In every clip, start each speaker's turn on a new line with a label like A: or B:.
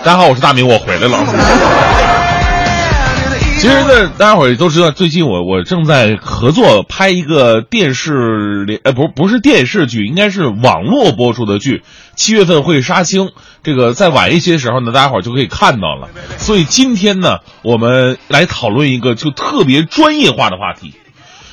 A: 大家好，我是大明，我回来了。其实呢，大家伙儿都知道，最近我我正在合作拍一个电视联，呃，不不是电视剧，应该是网络播出的剧。七月份会杀青，这个再晚一些时候呢，大家伙儿就可以看到了。所以今天呢，我们来讨论一个就特别专业化的话题。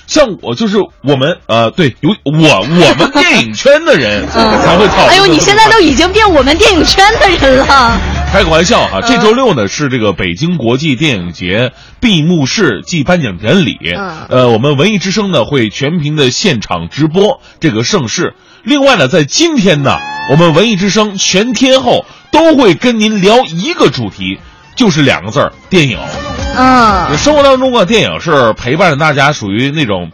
A: 像我就是我们呃，对，有我我们电影圈的人才会讨论。
B: 哎呦，你现在都已经变我们电影圈的人了。
A: 开个玩笑哈、这周六呢是这个北京国际电影节闭幕式暨颁奖典礼，
B: 嗯
A: 呃，我们文艺之声呢会全屏的现场直播这个盛事。另外呢，在今天呢，我们文艺之声全天候都会跟您聊一个主题，就是两个字儿：电影。
B: 嗯
A: 生活当中啊，电影是陪伴着大家，属于那种，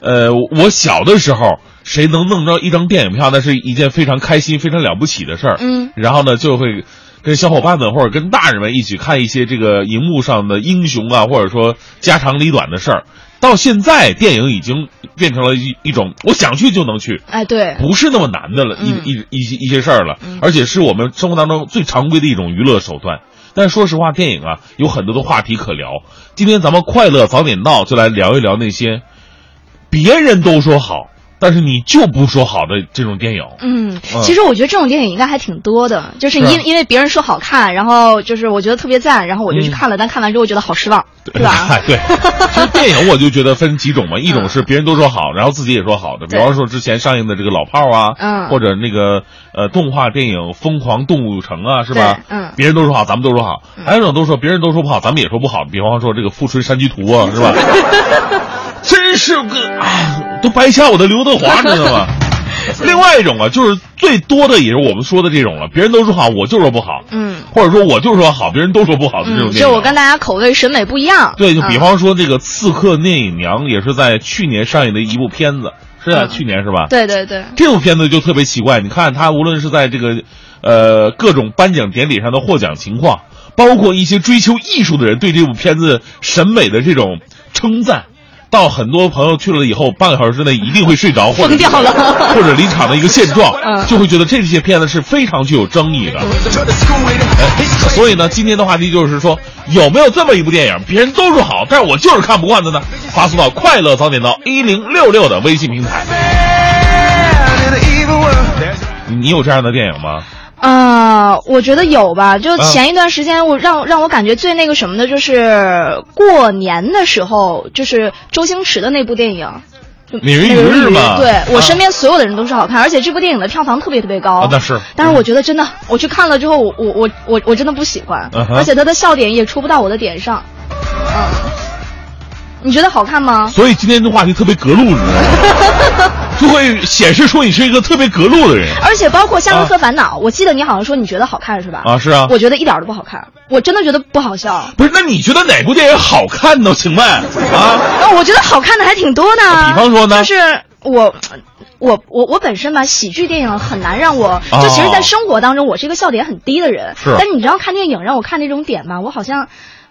A: 呃，我小的时候，谁能弄着一张电影票，那是一件非常开心、非常了不起的事儿。
B: 嗯，
A: 然后呢，就会跟小伙伴们或者跟大人们一起看一些这个荧幕上的英雄啊，或者说家长里短的事儿。到现在，电影已经变成了一一种我想去就能去，
B: 哎，对，
A: 不是那么难的了，一、
B: 嗯
A: 一一些一些事儿了
B: 嗯，
A: 而且是我们生活当中最常规的一种娱乐手段。但说实话，电影啊有很多的话题可聊。今天咱们快乐早点到，就来聊一聊那些别人都说好，但是你就不说好的这种电影。
B: 嗯
A: 嗯，
B: 其实我觉得这种电影应该还挺多的，就是因
A: 是啊
B: 因为别人说好看，然后就是我觉得特别赞，然后我就去
A: 嗯
B: 看了，但看完之后觉得好失望，对吧？嗯
A: 哎 对，其实电影我就觉得分几种嘛，一种是别人都说好，然后自己也说好的，比
B: 对
A: 方说之前上映的这个《老炮儿》啊，
B: 嗯
A: 或者那个呃动画电影《疯狂动物城》啊，是吧
B: 对？嗯
A: 别人都说好，咱们都说好，
B: 嗯
A: 还有一种都说别人都说不好，咱们也说不好，比方说这个《富春山居图》啊， 是吧？真是个，哎，都白瞎我的刘德华，你知道吗？另外一种啊，就是最多的也是我们说的这种了，别人都说好，我就说不好，
B: 嗯
A: 或者说我就说好，别人都说不好的这种
B: 嗯，
A: 电影。啊
B: 就我跟大家口味审美不一样。
A: 对，就比
B: 嗯
A: 方说这个《刺客聂隐娘》也是在去年上映的一部片子，是在、
B: 嗯
A: 去年是吧？
B: 对对对，
A: 这部片子就特别奇怪，你看它无论是在这个，呃，各种颁奖典礼上的获奖情况，包括一些追求艺术的人对这部片子审美的这种称赞，到很多朋友去了以后，半个小时之内一定会睡着 或者
B: 疯掉了
A: 或者离场的一个现状，
B: 嗯
A: 就会觉得这些片子是非常具有争议的。哎， 所以呢，今天的话题就是说，有没有这么一部电影，别人都说好，但是我就是看不惯的呢？发送到快乐早点到一零六六的微信平台。你有这样的电影吗？
B: 啊，我觉得有吧。就
A: 嗯
B: 前一段时间，我让让我感觉最那个什么的，就是过年的时候，就是周星驰的那部电影。就
A: 美人
B: 美
A: 鱼是吧
B: 对、我
A: 啊
B: 身边所有的人都说好看，而且这部电影的票房特别特别高。
A: 啊那是嗯
B: 但是我觉得真的，我去看了之后，我我我我我真的不喜欢，
A: 嗯哼
B: 而且他的笑点也戳不到我的点上。嗯，你觉得好看吗？
A: 所以今天这话题特别隔路，你知道 吗？就会显示出你是一个特别隔路的人
B: 而且包括《夏洛
A: 啊
B: 特烦恼》我记得你好像说你觉得好看是吧？
A: 啊！是啊，
B: 我觉得一点儿都不好看，我真的觉得不好笑。
A: 不是，那你觉得哪部电影好看呢？请问啊，
B: 哦，我觉得好看的还挺多的。
A: 比方说呢
B: 就是我。我我我本身吧，喜剧电影很难让我，
A: 哦
B: 就其实，在生活当中，我是一个笑点很低的人。
A: 是
B: 但是你知道看电影让我看那种点吧，我好像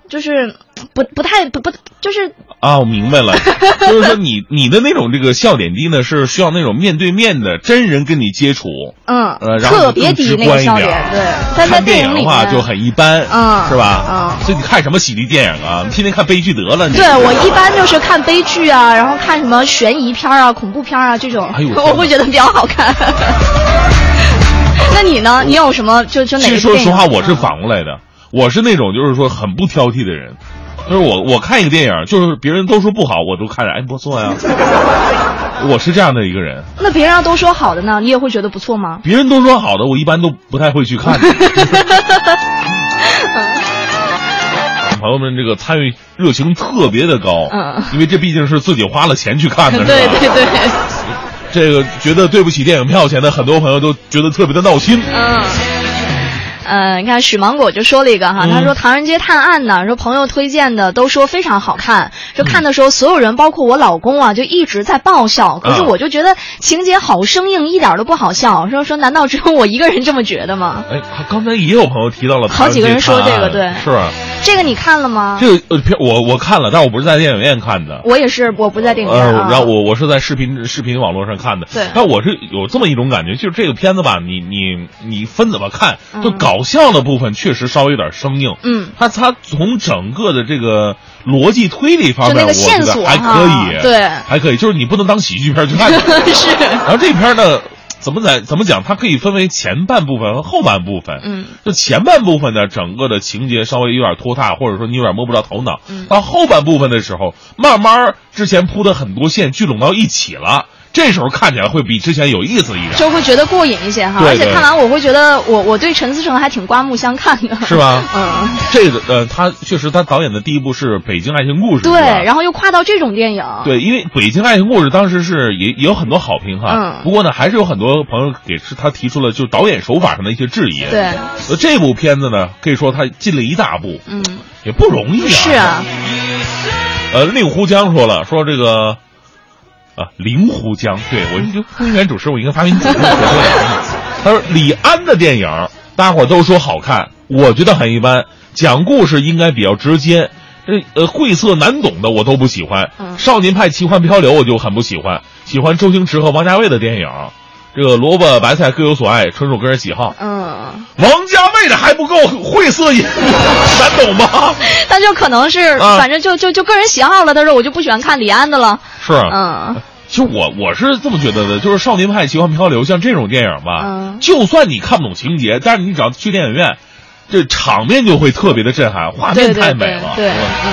B: 就是不不太不不就是
A: 啊，我明白了，就是说你你的那种这个笑点低呢，是需要那种面对面的真人跟你接触，
B: 嗯、
A: 呃，然后
B: 特别低
A: 就更直
B: 那个
A: 观一
B: 笑
A: 点
B: 点
A: 儿。
B: 对。但在
A: 看电
B: 影里
A: 的话
B: 面
A: 就很一般，
B: 嗯
A: 是吧？
B: 嗯
A: 所以你看什么喜剧电影啊？你天天看悲剧得了，你
B: 对我一般就是看悲剧啊，然后看什么悬疑片啊、恐怖片啊这种，
A: 哎呦我天哪
B: 我会觉得比较好看。 那你呢？你有什么就就哪
A: 其
B: 个
A: 实说
B: 电
A: 实
B: 影啊
A: 话，
B: 呢
A: 我是反过来的，我是那种就是说很不挑剔的人，就是我我看一个电影，就是别人都说不好，我都看着哎不 错呀，我是这样的一个人，
B: 那别人要都说好的呢，你也会觉得不错吗？
A: 别人都说好的，我一般都不太会去 看的。朋友们，这个参与热情特别的高，
B: 嗯
A: 因为这毕竟是自己花了钱去看的，
B: 对
A: 是吧？
B: 对对，
A: 这个觉得对不起电影票钱的很多朋友都觉得特别的闹心。
B: 嗯。呃，你看史芒果就说了一个哈，
A: 嗯
B: 他说《唐人街探案》呢，说朋友推荐的都说非常好看，说看的时
A: 嗯
B: 候所有人，包括我老公啊，就一直在爆笑。可是我就觉得情节好生硬，一点都不好笑。说说难道只有我一个人这么觉得吗？
A: 哎，刚才也有朋友提到了，
B: 好几个人说这个对
A: 是吧？
B: 这个你看了吗？
A: 这个呃片我我看了，但我不是在电影院看的。
B: 我也是，我不在电影院
A: 呃
B: 啊。，
A: 然后我我是在视频视频网络上看的，
B: 对
A: 但我是有这么一种感觉，就是这个片子吧，你你你分怎么看，就
B: 嗯
A: 搞笑的部分确实稍微有点生硬，
B: 嗯，
A: 它它从整个的这个逻辑推理方
B: 就
A: 面，
B: 那
A: 我
B: 个
A: 觉
B: 线
A: 得
B: 索
A: 还可
B: 哈
A: 以，
B: 对
A: 还可以，就是你不能当喜剧片去 看。
B: 是，
A: 然后这片呢，怎么在怎么讲，它可以分为前半部分和后半部分。
B: 嗯，
A: 就前半部分呢，整个的情节稍微有点拖沓，或者说你有点摸不着头脑。
B: 嗯
A: 到后半部分的时候，慢慢儿之前铺的很多线聚拢到一起了，这时候看起来会比之前有意思一点，
B: 就会觉得过瘾一些哈。
A: 对
B: 而且
A: 对
B: 看完我会觉得我我对陈思诚还挺刮目相看的。
A: 是吧？
B: 嗯。
A: 这个呃，他确实，他导演的第一部是《北京爱情故事》，
B: 对
A: 是吧，
B: 然后又跨到这种电影，
A: 对，因为《北京爱情故事》当时是也也有很多好评哈，
B: 嗯
A: 不过呢，还是有很多朋友给是他提出了就导演手法上的一些质疑。
B: 对
A: 呃，这部片子呢，可以说他进了一大步，
B: 嗯，
A: 也不容易啊。
B: 是啊，
A: 呃，令狐江说了，说这个。啊，令狐江，对我就公园主持，我应该发明节目学会了。 他说李安的电影，大伙儿都说好看，我觉得很一般，讲故事应该比较直接。这呃晦涩难懂的我都不喜欢，
B: 嗯
A: 少年派奇幻漂流》我就很不喜欢，喜欢周星驰和王家卫的电影。这个萝卜白菜各有所爱，纯属个人喜好。
B: 嗯，
A: 王家卫的还不够晦涩也 难懂吗？
B: 但就可能是，
A: 啊
B: 反正就就就个人喜好了。但是我就不喜欢看李安的了。
A: 是啊，
B: 嗯，
A: 其实我我是这么觉得的，就是《少年派奇幻漂流》像这种电影吧，
B: 嗯
A: 就算你看不懂情节，但是你只要去电影院，这场面就会特别的震撼，画
B: 对
A: 面
B: 对
A: 太美
B: 对
A: 了。
B: 对，
A: 吧
B: 嗯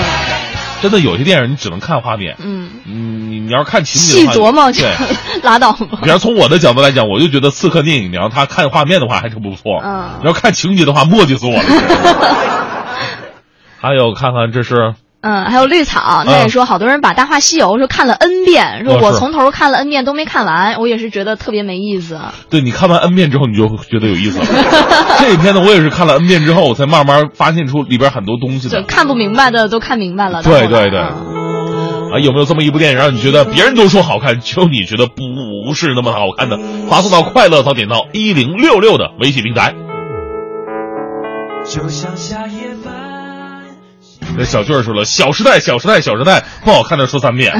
A: 真的有些电影你只能看画面，
B: 嗯，
A: 嗯，你你要是看情节
B: 细
A: 的话，
B: 琢磨就
A: 对。
B: 拉倒吧
A: 比。方从我的角度来讲，我就觉得《刺客聂隐娘》，他看画面的话还是不错，
B: 嗯
A: 你要看情节的话，磨叽死我了。 还有看看这是，
B: 嗯，还有绿草，他也说好多人把《大话西游》说看了 N 遍，说
A: 啊哦
B: 我
A: 是
B: 从头看了 N 遍都没看完，我也是觉得特别没意思。
A: 对你看完 N 遍之后，你就觉得有意思了。这片子我也是看了 N 遍之后，我才慢慢发现出里边很多东西
B: 就
A: 的。
B: 看不明白的都看明白了。到
A: 对
B: 后来
A: 对对
B: 嗯
A: 啊，有没有这么一部电影让你觉得别人都说好看，只有你觉得不是那么好看的？发送到快乐早点到一零六六的微信平台。
C: 就像夏夜晚。
A: 那呃小俊儿说了，《小时代》《小时代》《小时代》不好看的说三遍。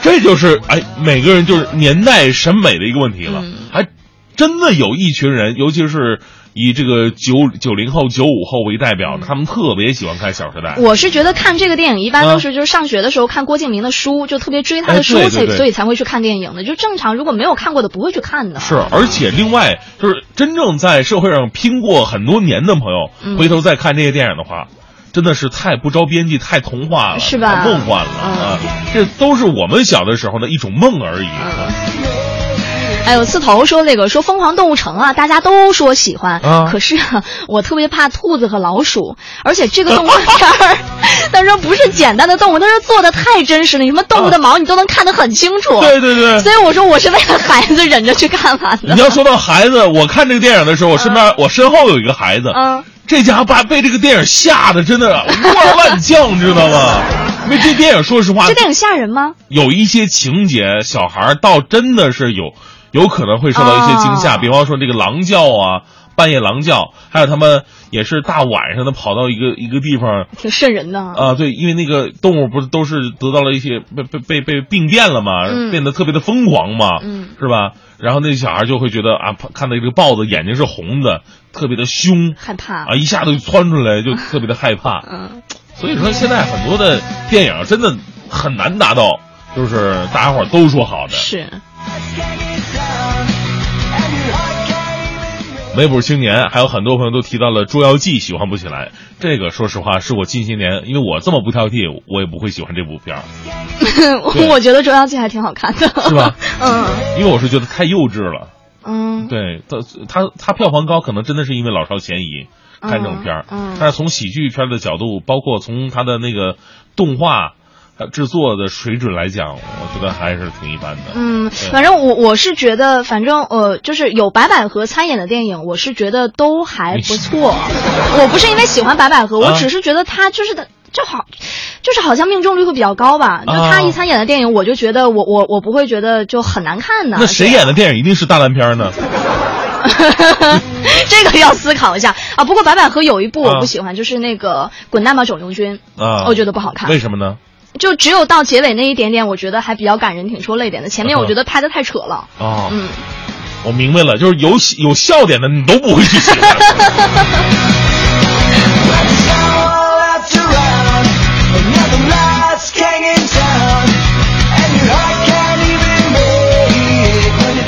A: 这就是哎，每个人就是年代审美的一个问题了，
B: 嗯
A: 还真的有一群人，尤其是以这个九九零后、九五后为代表的，他们特别喜欢看《小时代》。
B: 我是觉得看这个电影一般
A: 啊
B: 都是就是上学的时候看郭敬明的书，就特别追他
A: 哎
B: 的书，
A: 对对
B: 所以
A: 对
B: 所以才会去看电影的。就正常如果没有看过的不会去看的。
A: 是，而且另外就是真正在社会上拼过很多年的朋友，
B: 嗯
A: 回头再看这些电影的话，真的是太不着边际、太童话了，
B: 是吧
A: 太梦幻了、
B: 嗯
A: 啊！这都是我们小的时候的一种梦而已。
B: 嗯哎呦，刺头说那个说《疯狂动物城》啊，大家都说喜欢，
A: 啊
B: 可是啊我特别怕兔子和老鼠，而且这个动画片儿， 他说不是简单的动物，他说做的太真实了，你什么动物的毛你都能看得很清楚。
A: 啊对对对，
B: 所以我说我是为了孩子忍着去看完的
A: 你。要说到孩子，我看这个电影的时候，我身边、我身后有一个孩子，
B: 嗯
A: 这家伙把被这个电影吓得真的乱 乱叫，你知道吗？因为这电影说实话
B: 这，电影吓人吗？
A: 有一些情节，小孩儿倒真的是有有可能会受到一些惊吓，
B: 哦
A: 比方说这个狼叫啊，半夜狼叫，还有他们也是大晚上的跑到一个一个地方。
B: 挺瘆人的啊。
A: 啊，对，因为那个动物不是都是得到了一些被被被被病变了嘛，
B: 嗯
A: 变得特别的疯狂嘛，
B: 嗯
A: 是吧？然后那小孩就会觉得啊，看到一个豹子眼睛是红的，特别的凶，
B: 害怕
A: 啊，一下子就窜出来，就特别的害怕。
B: 嗯，
A: 所以说，现在很多的电影真的很难达到，就是大家伙儿都说好的。
B: 是。
A: 梅普青年，还有很多朋友都提到了《捉妖记》，喜欢不起来。这个说实话，是我近些年，因为我这么不挑剔，我也不会喜欢这部片儿，对
B: 我觉得《捉妖记》还挺好看的，
A: 是吧？
B: 嗯
A: 因为我是觉得太幼稚了。
B: 嗯，
A: 对，它它它票房高，可能真的是因为老少咸宜看这种片儿。
B: 嗯嗯
A: 但是从喜剧片儿的角度，包括从它的那个动画呃制作的水准来讲，我觉得还是挺一般的。
B: 嗯，反正我我是觉得，反正呃，就是有白百合参演的电影，我是觉得都还不错。我不是因为喜欢白百合，我
A: 啊
B: 只是觉得她就是的。就好，就是好像命中率会比较高吧。就她
A: 啊
B: 一参演的电影，我就觉得我我我不会觉得就很难看呢。，
A: 那谁演的电影一定是大烂片儿呢？
B: 这个要思考一下啊。不过白百合有一部我
A: 啊
B: 不喜欢，就是那个《滚蛋吧，肿瘤君》
A: 啊
B: 我觉得不好看
A: 为。什么呢？
B: 就只有到结尾那一点点，我觉得还比较感人，挺出泪点
A: 嗯
B: 的。前面我觉得拍的太扯了，
A: 哦，
B: 嗯。
A: 我明白了，就是有喜有笑点的你都不会去喜欢。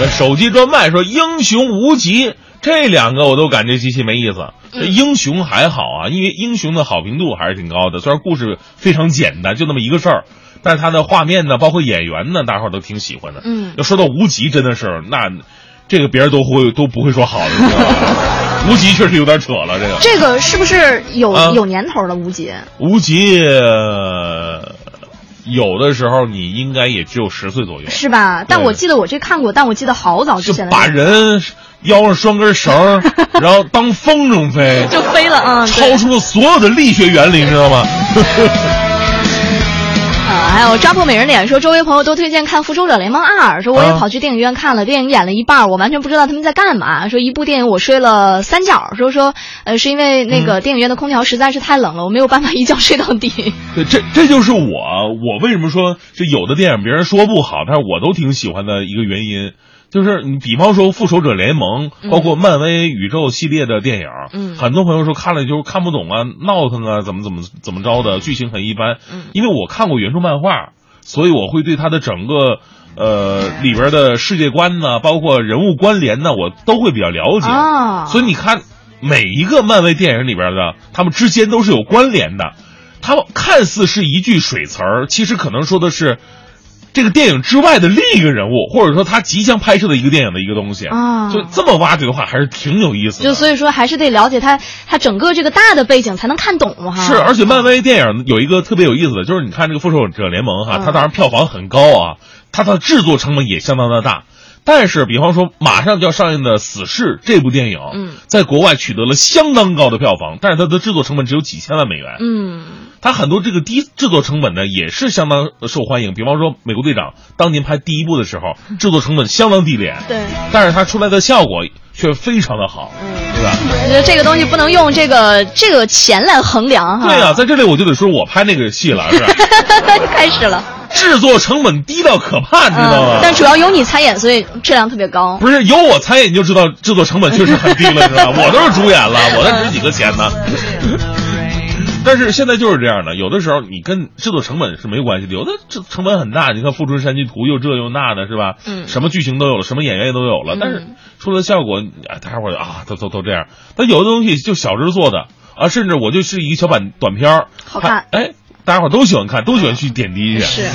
A: 呃手机专卖说英雄无极，这两个我都感觉极其没意思。
B: 嗯
A: 这英雄还好啊，因为英雄的好评度还是挺高的，虽然故事非常简单，就那么一个事儿，但是它的画面呢，包括演员呢，大伙儿都挺喜欢的。
B: 嗯
A: 要说到无极，真的是那这个别人都会都不会说好的，你知道吗 无极确实有点扯了，这个。
B: 这个是不是有、
A: 啊
B: 有年头了？吴杰，
A: 无极，呃有的时候你应该也只有十岁左右，
B: 是吧？但
A: 对
B: 我记得我这看过，但我记得好早之
A: 就
B: 前
A: 把
B: 了，
A: 人腰上拴根绳 儿，然后当风筝飞，
B: 就飞了啊！嗯对
A: 超出所有的力学原理，你知道吗？
B: 啊，还有抓破美人脸说，周围朋友都推荐看《复仇者联盟二》，说我也
A: 啊
B: 跑去电影院看了，电影演了一半，我完全不知道他们在干嘛。说一部电影我睡了三觉，说说呃是因为那
A: 嗯
B: 个电影院的空调实在是太冷了，我没有办法一觉睡到底。
A: 对，这这就是我，我为什么说这有的电影别人说不好，但是我都挺喜欢的一个原因，就是你比方说《复仇者联盟》，包括漫威宇宙系列的电影，
B: 嗯
A: 很多朋友说看了就是看不懂啊、闹腾啊，怎么怎么怎么着的，剧情很一般。
B: 嗯
A: 因为我看过原著漫画，所以我会对它的整个。呃，里边的世界观呢，包括人物关联呢，我都会比较了解。
B: 啊
A: 所以你看，每一个漫威电影里边的，他们之间都是有关联的。他们看似是一句水词儿，其实可能说的是这个电影之外的另一个人物，或者说他即将拍摄的一个电影的一个东西。
B: 啊
A: 所以这么挖掘的话，还是挺有意思的。
B: 就所以说还是得了解它它整个这个大的背景才能看懂哈。
A: 是，而且漫威电影有一个特别有意思的，就是你看这个《复仇者联盟》哈，
B: 嗯
A: 它当然票房很高啊，它的制作成本也相当的大。但是，比方说马上就要上映的《死侍》这部电影，
B: 嗯
A: 在国外取得了相当高的票房，但是它的制作成本只有几千万美元。
B: 嗯
A: 它很多这个低制作成本呢，也是相当受欢迎。比方说，《美国队长》当年拍第一部的时 候，制作成本相当低廉，
B: 对，
A: 但是它出来的效果却非常的好，
B: 嗯
A: 对吧？
B: 我觉得这个东西不能用这个这个钱来衡量哈。
A: 对啊呀、在这里我就得说我拍那个戏了，是吧？
B: 开始了。
A: 制作成本低到可怕，你知道吗？
B: 嗯，但主要有你参演，所以质量特别高。
A: 不是有我参演，你就知道制作成本确实很低了，是吧？ 我都是主演了，
B: 嗯
A: 我那值几个钱呢？但是现在就是这样的，有的时候你跟制作成本是没关系的，有的这成本很大。你看《富春山居图》又这又那的，是吧？
B: 嗯
A: 什么剧情都有了，什么演员也都有了，但是出来的效果，哎，大家伙儿就啊，都都都这样。但有的东西就小制作的啊，甚至我就是一个小短短片儿，
B: 好看
A: 哎，大家伙儿都喜欢看，都喜欢去点滴去。
B: 是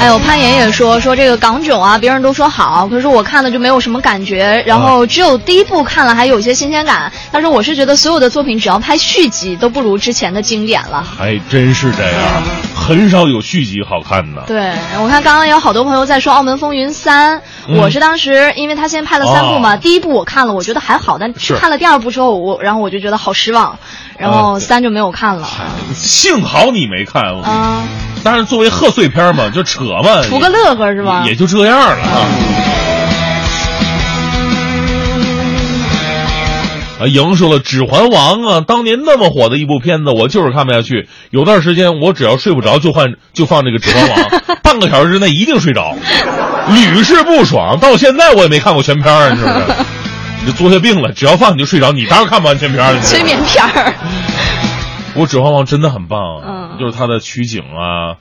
B: 哎呦，潘岩也说说这个港囧啊，别人都说好，可是我看了就没有什么感觉，然
A: 啊
B: 后只有第一部看了还有一些新鲜感。但是我是觉得所有的作品只要拍续集都不如之前的经典了。
A: 还真是这样，很少有续集好看的。
B: 对，我看刚刚有好多朋友在说《澳门风云三》
A: 嗯
B: 我是当时因为他先拍了三部嘛，
A: 哦
B: 第一部我看了，我觉得还好，但
A: 是
B: 看了第二部之后，我然后我就觉得好失望，然后
A: 啊
B: 三就没有看了。
A: 哎幸好你没看，我跟你说
B: 啊，
A: 但是作为贺岁片嘛，就扯嘛，
B: 图个乐呵是吧？
A: 也也就这样了啊。啊，莹说了，《指环王》啊，当年那么火的一部片子，我就是看不下去。有段时间，我只要睡不着，就换就放这个《指环王》， 半个小时之内一定睡着，屡试不爽。到现在我也没看过全片儿，你是不是？你就作下病了，只要放你就睡着，你当然看不完全片儿了。
B: 催眠片 儿。
A: 我《指环王》真的很棒啊，
B: 嗯
A: 就是它的取景啊、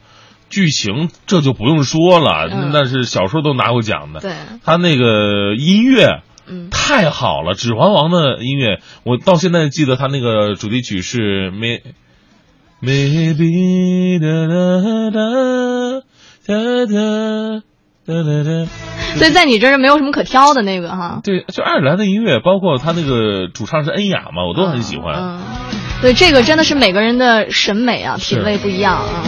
A: 剧情，这就不用说了，
B: 嗯
A: 那是小说都拿过奖的。
B: 对，
A: 它那个音乐。
B: 嗯
A: 太好了，《指环王》的音乐，我到现在记得它那个主题曲是 May Maybe 哒哒哒哒哒哒哒哒。
B: 所以在你这儿没有什么可挑的那个哈。
A: 对，就爱尔兰的音乐，包括他那个主唱是恩雅嘛，我都很喜欢。
B: 嗯，对，这个真的是每个人的审美啊、
A: 是
B: 品味不一样啊。